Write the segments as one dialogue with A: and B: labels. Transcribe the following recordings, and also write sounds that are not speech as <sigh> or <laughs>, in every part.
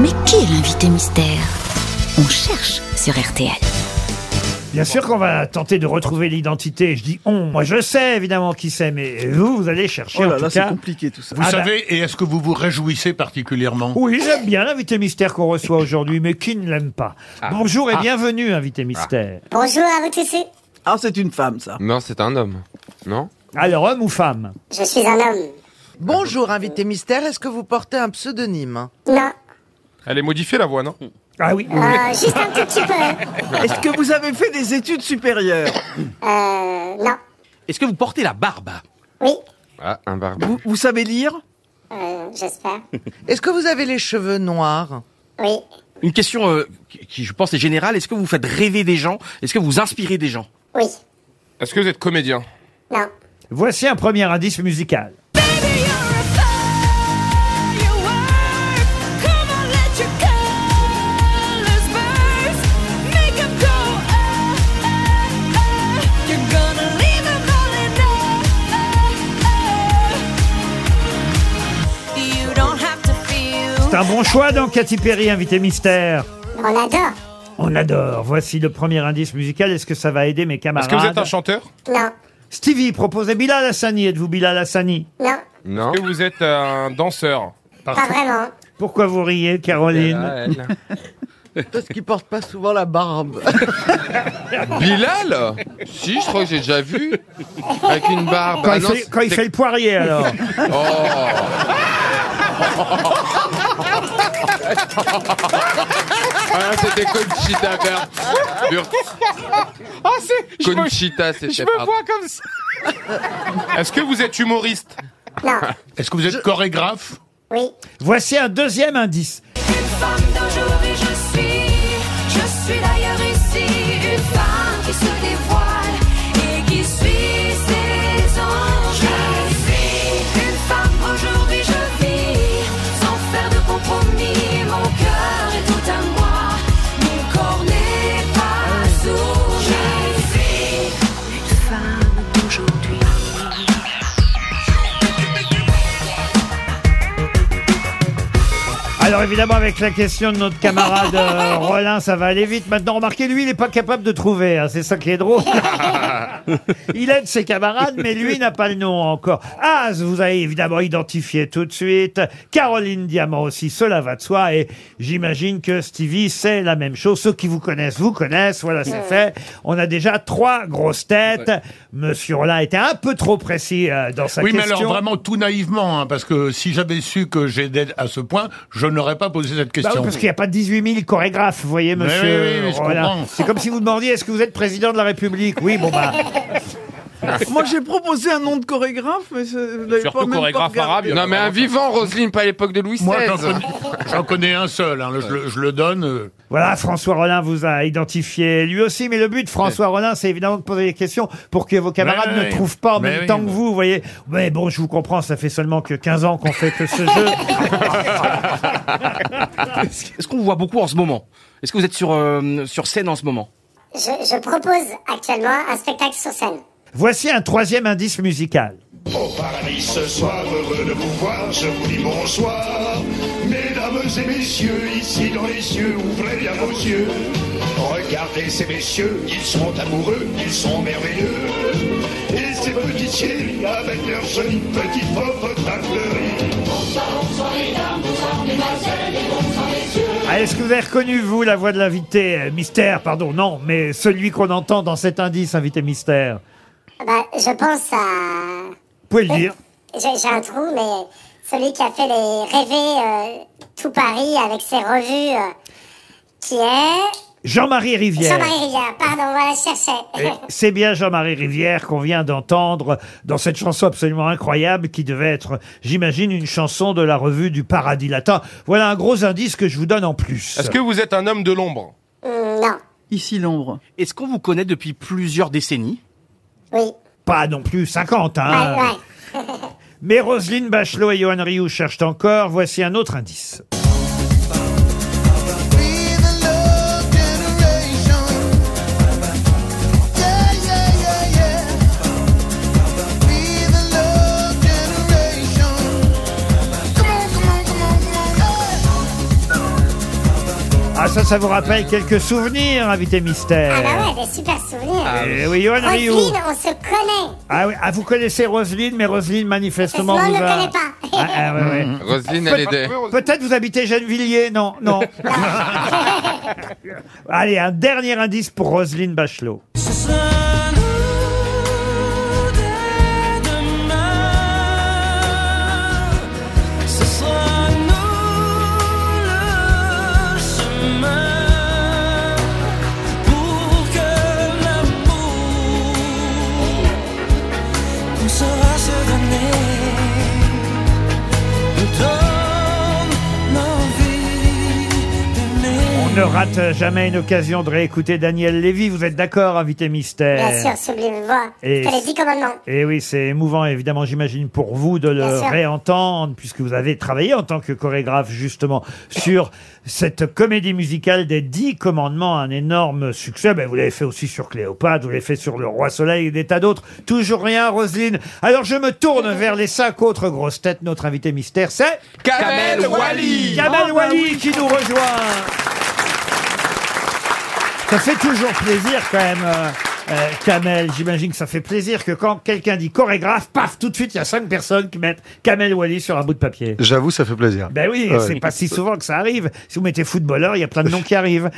A: Mais qui est l'invité mystère On cherche sur RTL.
B: Bien sûr qu'on va tenter de retrouver l'identité. Je dis on. Moi, je sais évidemment qui c'est, mais vous, vous allez chercher.
C: Oh
B: en
C: là
B: tout
C: là, c'est
B: cas.
C: compliqué tout ça.
D: Vous
B: Ah bah-
D: savez, et est-ce que vous vous réjouissez particulièrement
B: Oui, j'aime bien l'invité mystère qu'on reçoit aujourd'hui, mais qui ne l'aime pas Bonjour et bienvenue, invité mystère.
E: Bonjour à vous tous.
C: Ah, c'est une femme, ça.
F: Non, c'est un homme. Non
B: Alors, homme ou femme
E: Je suis un homme.
G: Bonjour, invité mystère. Est-ce que vous portez un pseudonyme
E: Non.
F: Elle est modifiée la voix, non
B: Ah oui.
E: Euh, juste un tout petit peu.
H: Bah.
C: Est-ce que vous avez fait des études supérieures
E: Euh, non.
H: Est-ce que vous portez la barbe
E: Oui.
F: Ah, un barbe.
C: vous, vous savez lire
E: Euh, j'espère.
G: Est-ce que vous avez les cheveux noirs
E: Oui.
H: Une question euh, qui, qui, je pense, est générale. Est-ce que vous faites rêver des gens Est-ce que vous inspirez des gens
E: Oui.
F: Est-ce que vous êtes comédien
E: Non.
B: Voici un premier indice musical. C'est un bon choix dans Katy Perry, invité mystère.
E: On adore.
B: On adore. Voici le premier indice musical. Est-ce que ça va aider mes camarades
F: Est-ce que vous êtes un chanteur
E: Non.
B: Stevie proposait Bilal Hassani. Êtes-vous Bilal Hassani
E: Non.
F: Non. Est-ce que vous êtes un danseur
E: Pas vraiment.
B: Pourquoi vous riez, Caroline
G: Parce qu'ils portent pas souvent la barbe.
F: <laughs> Bilal Si, je crois que j'ai déjà vu. Avec une barbe.
B: quand,
F: Ah
B: il,
F: non,
B: fait, quand il
F: c'est-
B: fait le poirier,
F: <laughs>
B: alors.
F: Ah, c'était Conchita Wurst. <laughs> Wurst.
I: Ah, c'est. Je me,
F: Conchita, c'était...
I: je me
F: pardon.
I: vois comme ça.
F: <laughs> Est-ce que vous êtes humoriste
E: Non.
D: Est-ce que vous êtes chorégraphe
E: Oui.
B: Voici un deuxième indice.
J: Une femme d'aujourd'hui, je suis, je suis d'ailleurs ici, une femme qui se dévoile et qui suit ses anges. Je suis une femme aujourd'hui, je vis sans faire de compromis. Mon cœur est tout à moi, mon corps n'est pas sourd. Je suis une femme d'aujourd'hui.
B: Alors évidemment, avec la question de notre camarade euh, Rollin, ça va aller vite. Maintenant, remarquez, lui, il n'est pas capable de trouver. hein. C'est ça qui est
D: <laughs>
B: drôle. il aide ses camarades, mais lui n'a pas le nom encore. Az, vous avez évidemment identifié tout de suite. Caroline Diamant aussi, cela va de soi. Et j'imagine que Stevie, c'est la même chose. Ceux qui vous connaissent, vous connaissent. Voilà, c'est fait. On a déjà trois grosses têtes. Monsieur Rollin était un peu trop précis euh, dans sa
D: Oui, mais
B: question.
D: alors vraiment tout naïvement, hein, parce que si j'avais su que j'aidais à ce point, je n'aurais pas posé cette
B: Bah oui,
D: question.
B: parce qu'il n'y a pas 18 000 chorégraphes, vous voyez, monsieur.
D: oui, oui, oui, je
B: Rollin.
D: comprends.
B: C'est comme si vous demandiez est-ce que vous êtes président de la République Oui, bon bah. <laughs>
C: Moi, j'ai proposé un nom de chorégraphe, mais c'est- vous l'avez
H: Surtout
C: pas même pas
H: chorégraphe
C: regardé.
H: arabe, il y en a
F: Non, mais un vivant, Roselyne, pas à l'époque de Louis XVI.
D: Moi, j'en connais, j'en connais un seul, hein, je, le- je le donne. euh.
B: Voilà, François Rollin vous a identifié lui aussi, mais le but de François Rollin, c'est évidemment de poser des questions pour que vos camarades
D: Mais
B: ne
D: oui.
B: trouvent pas en
D: Mais
B: même
D: oui,
B: temps que
D: mais-
B: vous, vous voyez. Mais bon, je vous comprends, ça fait seulement que 15 ans qu'on fait que ce
D: <laughs>
B: jeu.
H: Est-ce qu'on vous voit beaucoup en ce moment Est-ce que vous êtes sur, euh, sur scène en ce moment
E: Je, je propose actuellement un spectacle sur scène.
B: Voici un troisième indice musical.
K: Au paradis ce soir, heureux de vous voir, je vous dis bonsoir. Mesdames et messieurs, ici dans les cieux, ouvrez bien vos yeux. Regardez ces messieurs, ils sont amoureux, ils sont merveilleux. Et ces petites filles, avec leurs jolies petites pauvres fleuries.
B: Ah, Est-ce que vous avez reconnu, vous, la voix de l'invité euh, mystère Pardon, non, mais celui qu'on entend dans cet indice, invité mystère.
E: Bah, je pense à.
B: Vous pouvez le dire.
E: J'ai j'ai un trou, mais celui qui a fait les rêver euh, tout Paris avec ses revues, euh, qui est.
B: Jean-Marie Rivière.
E: Jean-Marie Rivière. Pardon, voilà, je cherchais.
B: Et c'est bien Jean-Marie Rivière qu'on vient d'entendre dans cette chanson absolument incroyable qui devait être, j'imagine, une chanson de la revue du Paradis Latin. Voilà un gros indice que je vous donne en plus.
F: Est-ce que vous êtes un homme de l'ombre
E: Hum, <laughs> non.
C: Ici, l'ombre.
H: Est-ce qu'on vous connaît depuis plusieurs décennies
E: Oui.
B: Pas non plus 50,
E: Ouais,
B: hein.
E: ouais.
B: Mais Roselyne Bachelot et Johan Rioux cherchent encore. Voici un autre indice. Ah, ça, ça vous rappelle quelques souvenirs, invité mystère.
E: Ah bah ouais, des super souvenirs.
B: Ah oui, oui, Johan Rioux.
E: Roselyne, on se connaît.
B: Ah oui, ah, vous connaissez Roselyne, mais Roselyne manifestement
E: Roselyne,
B: vous
E: on ne
B: va-
E: connaît pas.
B: Ah, ah, ouais, ouais.
F: Mm, Roselyne, elle est des-
B: Peut-être vous habitez Gennevilliers, non,
F: <laughs>
B: non. Allez, un dernier indice pour Roselyne Bachelot.
J: Ce sera nous dès demain. Ce sera nous le chemin pour que l'amour poussera se donner. Nous donne l'envie d'aimer.
B: On ne rate jamais une occasion de réécouter Daniel Lévy. Vous êtes d'accord, invité mystère
E: Bien sûr, sublime voix.
B: Et-
E: T'as les dix commandements.
B: Et Eh oui, c'est émouvant, évidemment, j'imagine, pour vous de
E: Bien
B: le
E: sûr.
B: réentendre, puisque vous avez travaillé en tant que chorégraphe, justement, sur cette comédie musicale des Dix Commandements, un énorme succès. Ben, vous l'avez fait aussi sur Cléopâtre, vous l'avez fait sur Le Roi Soleil et des tas d'autres. Toujours rien, Roselyne. Alors, je me tourne vers les cinq autres grosses têtes. Notre invité mystère, c'est...
J: Kamel Wally.
B: Kamel
J: Oh, bah
B: Wally qui nous rejoint ça fait toujours plaisir quand même, euh, euh, Kamel. J'imagine que ça fait plaisir que quand quelqu'un dit chorégraphe, paf, tout de suite, il y a cinq personnes qui mettent Kamel Wally sur un bout de papier.
L: J'avoue, ça fait plaisir.
B: Ben oui,
L: Ouais.
B: c'est pas si souvent que ça arrive. Si vous mettez footballeur, il y a plein de noms qui
L: <laughs>
B: arrivent.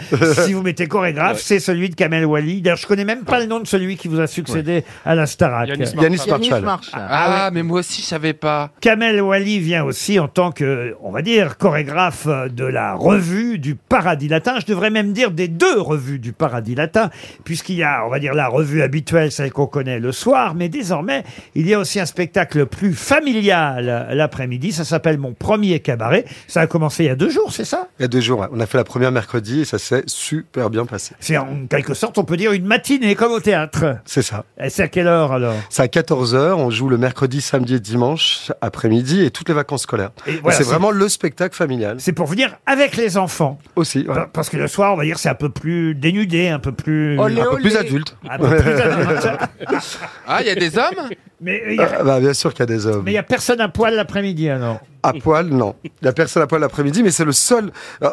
B: si vous mettez chorégraphe,
L: Ouais.
B: c'est celui de Kamel Wally. D'ailleurs, je connais même pas le nom de celui qui vous a succédé à la Starac.
F: Yanis Marshall. Yanis Marshall. Ah, mais moi aussi, je savais pas.
B: Kamel Wally vient aussi en tant que, on va dire, chorégraphe de la revue du Paradis Latin. Je devrais même dire des deux revues du Paradis Latin, puisqu'il y a, on va dire, la revue habituelle, celle qu'on connaît le soir, mais désormais, il y a aussi un spectacle plus familial l'après-midi. Ça s'appelle Mon Premier Cabaret. Ça a commencé il y a deux jours, c'est ça
L: Il y a deux jours, ouais. on a fait la première mercredi et ça s'est super bien passé.
B: C'est en quelque sorte, on peut dire, une matinée comme au théâtre.
L: C'est ça.
B: Et c'est à quelle heure alors
L: C'est à 14h, on joue le mercredi, samedi et dimanche après-midi et toutes les vacances scolaires.
B: Et
L: Et
B: voilà,
L: c'est
B: c'est-
L: vraiment le spectacle familial.
B: C'est pour venir avec les enfants.
L: Aussi.
B: Pa- Parce que le soir, on va dire, c'est un peu plus dénudé, un peu plus.
C: Oh,
L: Olé, Un peu olé. plus adulte.
B: Un peu
L: <laughs>
B: plus adulte.
F: Ah, il y a des hommes
B: Mais euh, il y a-
L: Ah, bah, bien sûr qu'il y a des hommes.
B: Mais il n'y a personne à poil l'après-midi alors.
L: À poil, non. Il n'y a personne à poil l'après-midi, mais c'est le seul. euh,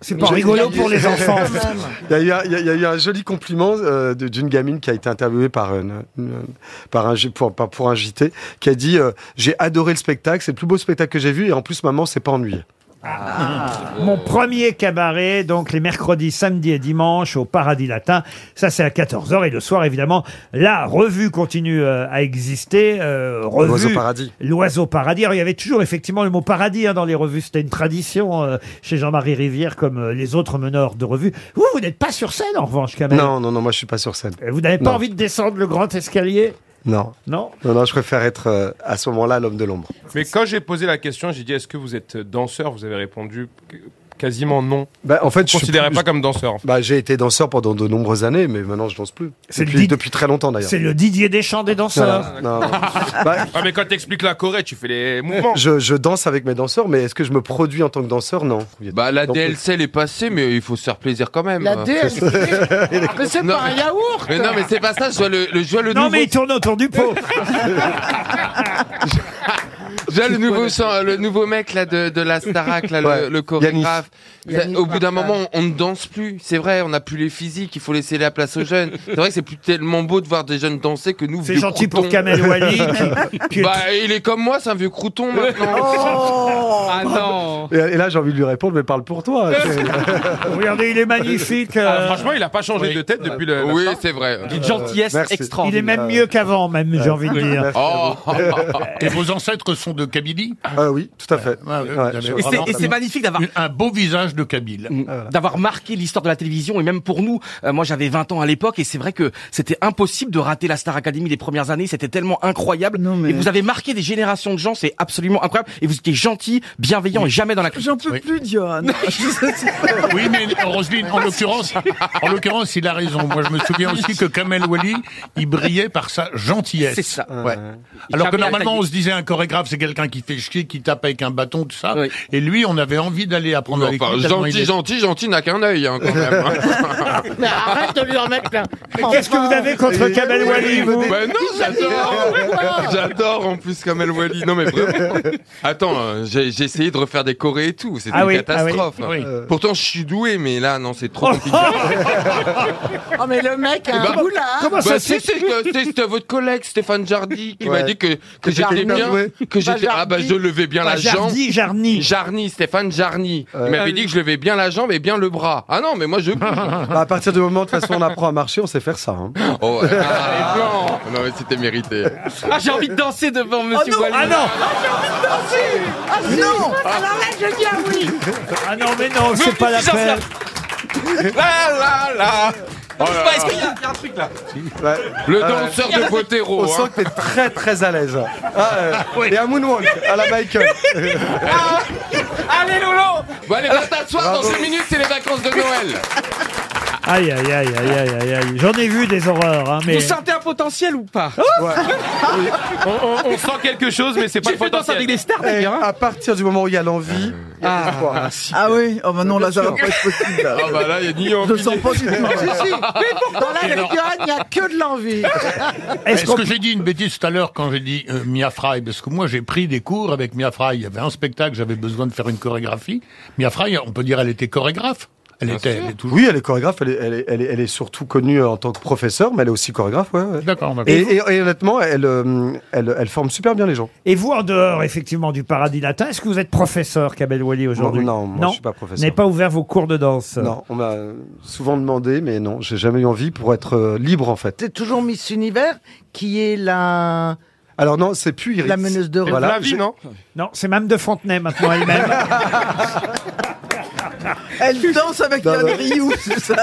B: C'est pas rigolo pour les enfants.
L: <laughs> Il y, a eu un- Ah, il y a- il y a eu un joli compliment euh, de- d'une gamine qui a été interviewée par, une- une- par un, J- pour, par- pour un JT qui a dit euh, J'ai adoré le spectacle, c'est le plus beau spectacle que j'ai vu et en plus, maman, c'est pas ennuyé.
B: Mon premier cabaret, donc les mercredis, samedis et dimanches au Paradis Latin. Ça, c'est à 14h. Et le soir, évidemment, la revue continue euh, à exister. euh, revue-
L: L'Oiseau Paradis.
B: L'Oiseau Paradis. Alors, il y avait toujours effectivement le mot paradis hein, dans les revues. C'était une tradition euh, chez Jean-Marie Rivière, comme euh, les autres meneurs de revues. Vous, vous n'êtes pas sur scène en revanche, quand même.
L: Non, non, non, moi, je suis pas sur scène.
B: Vous n'avez pas
L: Non.
B: envie de descendre le grand escalier
L: Non.
B: Non
L: Non, non, je préfère être euh, à ce moment-là l'homme de l'ombre.
M: Mais quand j'ai posé la question, j'ai dit est-ce que vous êtes danseur Vous avez répondu que- quasiment non.
L: Bah, en
M: je
L: fait, je
M: ne
L: suis
M: considérais
L: plus-
M: pas comme danseur. en fait.
L: Bah, j'ai été danseur pendant de nombreuses années, mais maintenant, je danse plus.
B: C'est le
L: Depuis,
B: Did-
L: depuis très longtemps, d'ailleurs.
B: C'est le Didier Deschamps des danseurs.
L: Non, non, non.
M: Ah, mais quand t'expliques la Corée, tu fais les mouvements.
L: Je, je danse avec mes danseurs, mais est-ce que je me produis en tant que danseur Non.
F: Bah, la
L: Donc, euh,
F: DLC, elle est passée, mais il faut se faire plaisir quand même.
L: La DLC.
F: Mais c'est pas un yaourt Mais non, mais c'est pas ça, je vois le, le, je vois le
B: non,
F: nouveau...
B: mais il tourne autour du
L: <laughs>
B: pot.
F: je vois le nouveau, sang- le nouveau mec là, de, de la Starac, là, le-
L: Ouais,
F: le, chorégraphe.
L: Yanis.
F: Ça,
L: Yanis
F: Au bout d'un
L: Marshall.
F: moment, on ne danse plus. C'est vrai, on n'a plus les physiques, il faut laisser la place aux jeunes. C'est vrai que c'est plus tellement beau de voir des jeunes danser que nous,
B: C'est
F: vieux
B: gentil pour
F: croutons.
B: Kamel Wally,
L: <laughs>
B: qui- qui est-
F: Bah, il est comme moi, c'est un vieux crouton maintenant. ah non
L: Et, et là, j'ai envie de lui répondre, mais parle pour toi.
B: <laughs> Regardez, il est magnifique.
M: Ah,
B: euh.
M: franchement, il n'a pas changé de tête depuis le.
F: Oui, c'est vrai.
M: D'une
L: Euh,
D: gentillesse
B: Il
D: Merci.
B: est
D: extraordinaire.
B: même mieux qu'avant, même, j'ai envie de dire.
F: Oh.
D: Et vos ancêtres sont de Kabylie
L: Ah oui, tout à fait.
H: Et c'est- et c'est magnifique d'avoir
D: un beau visage de Kabyle.
H: d'avoir marqué l'histoire de la télévision et même pour nous euh, moi j'avais 20 ans à l'époque et c'est vrai que c'était impossible de rater la Star Academy les premières années c'était tellement incroyable et vous avez marqué des générations de gens c'est absolument incroyable et vous étiez gentil bienveillant et jamais dans la j'en peux plus <laughs> Johan
D: Oui, mais Roselyne, en l'occurrence, en l'occurrence, il a raison. Moi, je me souviens aussi que Kamel Wally, il brillait par sa gentillesse.
H: C'est ça.
D: Ouais.
H: Il
D: Alors que
H: fermait la
D: normalement,
H: taille.
D: on se disait un chorégraphe, c'est quelqu'un qui fait chier, qui tape avec un bâton, tout ça. Et lui, on avait envie d'aller apprendre avec
F: Enfin,
D: lui. tellement il
F: gentil,
D: est-
F: gentil, gentil n'a qu'un œil, hein, quand même.
N: Mais arrête de lui en mettre plein.
B: Qu'est-ce que vous avez contre Kamel Wally, vous
F: Bah non, j'adore J'adore en plus Kamel Wally. Non mais vraiment. Attends, euh, j'ai j'ai essayé de refaire des décoré et tout. C'était
J: Ah
F: une
J: oui, ah oui.
F: catastrophe.
J: Oui.
F: Euh, Pourtant, je suis doué, mais là, non, c'est trop
B: Oh,
F: compliqué.
N: Oh, mais le mec a
F: Eh
N: un
F: ben,
B: hein.
N: boulard.
B: oh,
F: bah, si, c'est que- c'est- C'était votre collègue Stéphane Jardy qui
B: Ouais.
F: m'a dit que, que
B: Que
F: j'étais
B: t'étais
F: bien.
B: bien doué.
F: Que
B: Pas
F: j'étais. Ah bah
B: Jardy.
F: je levais bien
B: Pas
F: la jambe.
B: Jardy, Jarny.
F: Jarny, Stéphane Jarny. Il m'avait dit que je levais bien la jambe et bien le bras. Ah non, mais moi je.
L: Bah, à partir du moment, de toute façon, on apprend à marcher, on sait faire ça. hein.
F: Oh,
M: <laughs>
F: ouais. Ah, non. Non, mais c'était mérité.
H: Ah, j'ai envie de danser devant Monsieur
F: non,
H: Wally.
F: ah non.
N: Ah, j'ai envie de danser Ah, si
J: Non.
N: Alors là, je dis ah oui
B: Ah non, mais non, c'est pas la
J: Jean-Pierre.
B: peine.
F: La la la
J: Oh là là.
H: Est-ce qu'il y, a- il y a un truc là
L: Ouais.
F: Le
L: Ah ouais.
F: danseur de Botero.
L: On
M: hein.
L: sent que t'es très très à l'aise. Ah, euh, Et un moonwalk à la Michael.
J: Allez, Lolo
F: Bon, allez, va t'asseoir dans 5 minutes, c'est les vacances de Noël.
B: Aïe, aïe, aïe, aïe, aïe, aïe, aïe. J'en ai vu des horreurs, hein, mais.
H: Vous sentez un potentiel ou pas
M: on, on- on sent quelque chose, mais c'est pas
H: J'ai fait danser avec des stars,
L: Eh,
B: Hein
L: à partir du moment où il y a l'envie, il y a l'espoir.
C: Ah oui, oh bah non, là ça va
L: Bien
C: pas être possible. là.
F: Ah bah là, il y a ni envie.
C: Je sens pas du tout.
B: <laughs>
F: Si, si.
N: Dans la régionne, il n'y a que de l'envie.
D: Est-ce que j'ai dit une bêtise tout à l'heure quand j'ai dit euh, Mia Fry Parce que moi, j'ai pris des cours avec Mia Fry. Il y avait un spectacle, j'avais besoin de faire une chorégraphie. Mia Fry, on peut dire, elle était chorégraphe. Elle était, elle est toujours.
L: Oui, elle est chorégraphe, elle est, elle est- elle est- elle est surtout connue en tant que professeure, mais elle est aussi chorégraphe, ouais. ouais.
D: D'accord,
L: Et, et- et honnêtement, elle, euh, elle, elle forme super bien les gens.
B: Et vous, en dehors, effectivement, du paradis latin, est-ce que vous êtes professeur, Kabel Wally, aujourd'hui
L: Non, moi, je suis pas professeur.
B: Vous n'avez pas ouvert vos cours de danse
L: Non, on m'a souvent demandé, mais non, j'ai jamais eu envie pour être euh, libre en fait.
G: C'est toujours Miss Univers qui est la.
L: Alors non, c'est plus Iris.
G: La meneuse de
L: Voilà, j'ai-
B: Non, c'est Mme de Fontenay maintenant elle-même.
M: <laughs>
C: Elle danse avec
L: Non,
C: Yann
L: non.
C: Rioux, c'est ça,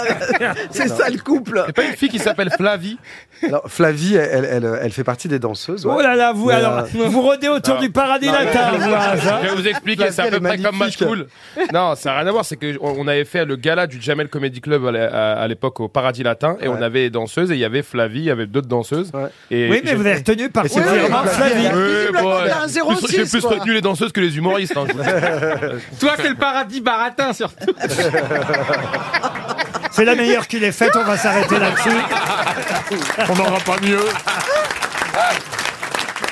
C: c'est ça le couple.
M: Il a pas une fille qui s'appelle Flavie.
L: Alors, Flavie, elle, elle, elle- elle fait partie des danseuses. ouais.
B: Oh là là, vous,
L: Mais,
B: alors,
L: euh,
B: vous rôdez autour
M: Ah.
B: du paradis
M: Non,
B: latin,
M: mais-
B: vous,
F: Ah,
B: hein, ça
M: Je vais vous expliquer, c'est à peu près comme Match Cool. Non, ça n'a rien à voir, c'est qu'on avait fait le gala du Jamel Comedy Club à l'é- à à l'époque au Paradis Latin, et on avait des danseuses, et il y avait Flavie, il y avait d'autres danseuses. Et
B: Oui, mais
M: j'ai-
B: vous avez retenu
M: Et c'est
B: particulièrement
M: Flavie.
B: Flavie.
M: Oui, bon, ouais.
N: t'as un
M: J'ai
N: 06,
M: plus- J'ai plus
N: quoi.
M: retenu les danseuses que les humoristes. hein, je vous le dis.
H: Toi, c'est le paradis baratin surtout.
B: C'est la meilleure qu'il ait faite, on va s'arrêter là-dessus.
D: On n'aura pas mieux.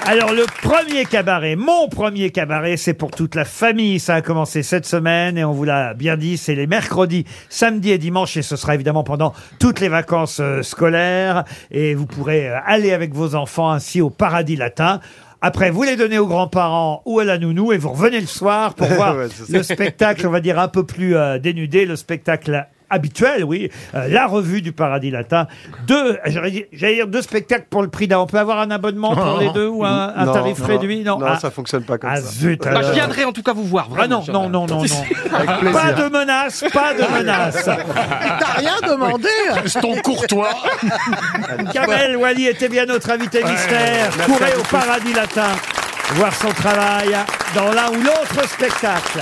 B: Alors le premier cabaret, mon premier cabaret, c'est pour toute la famille. Ça a commencé cette semaine et on vous l'a bien dit, c'est les mercredis, samedis et dimanches et ce sera évidemment pendant toutes les vacances euh, scolaires et vous pourrez euh, aller avec vos enfants ainsi au paradis latin. Après, vous les donnez aux grands-parents ou à la nounou et vous revenez le soir
L: <laughs>
B: pour voir
L: Ouais, c'est ça.
B: le spectacle, on va dire un peu plus euh, dénudé, le spectacle habituel, oui, euh, la revue du paradis latin. Deux, j'aurais dit- j'allais dire deux spectacles pour le prix d'un. On peut avoir un abonnement pour les deux ou un, un
L: Non,
B: tarif
L: non,
B: réduit Non,
L: non
B: Ah,
L: ça fonctionne pas comme
B: ah,
L: ça.
B: zut,
H: Bah, je
B: alors.
H: viendrai en tout cas vous voir.
B: Ah non, non, non, non, non. Pas de menace, pas de
H: <laughs>
B: menace.
C: T'as rien demandé hein.
D: Ton courtois.
B: Kamel Wally était bien notre invité mystère.
D: merci
B: Courez
D: à
B: au
D: vous tous.
B: paradis latin, voir son travail dans l'un ou l'autre spectacle.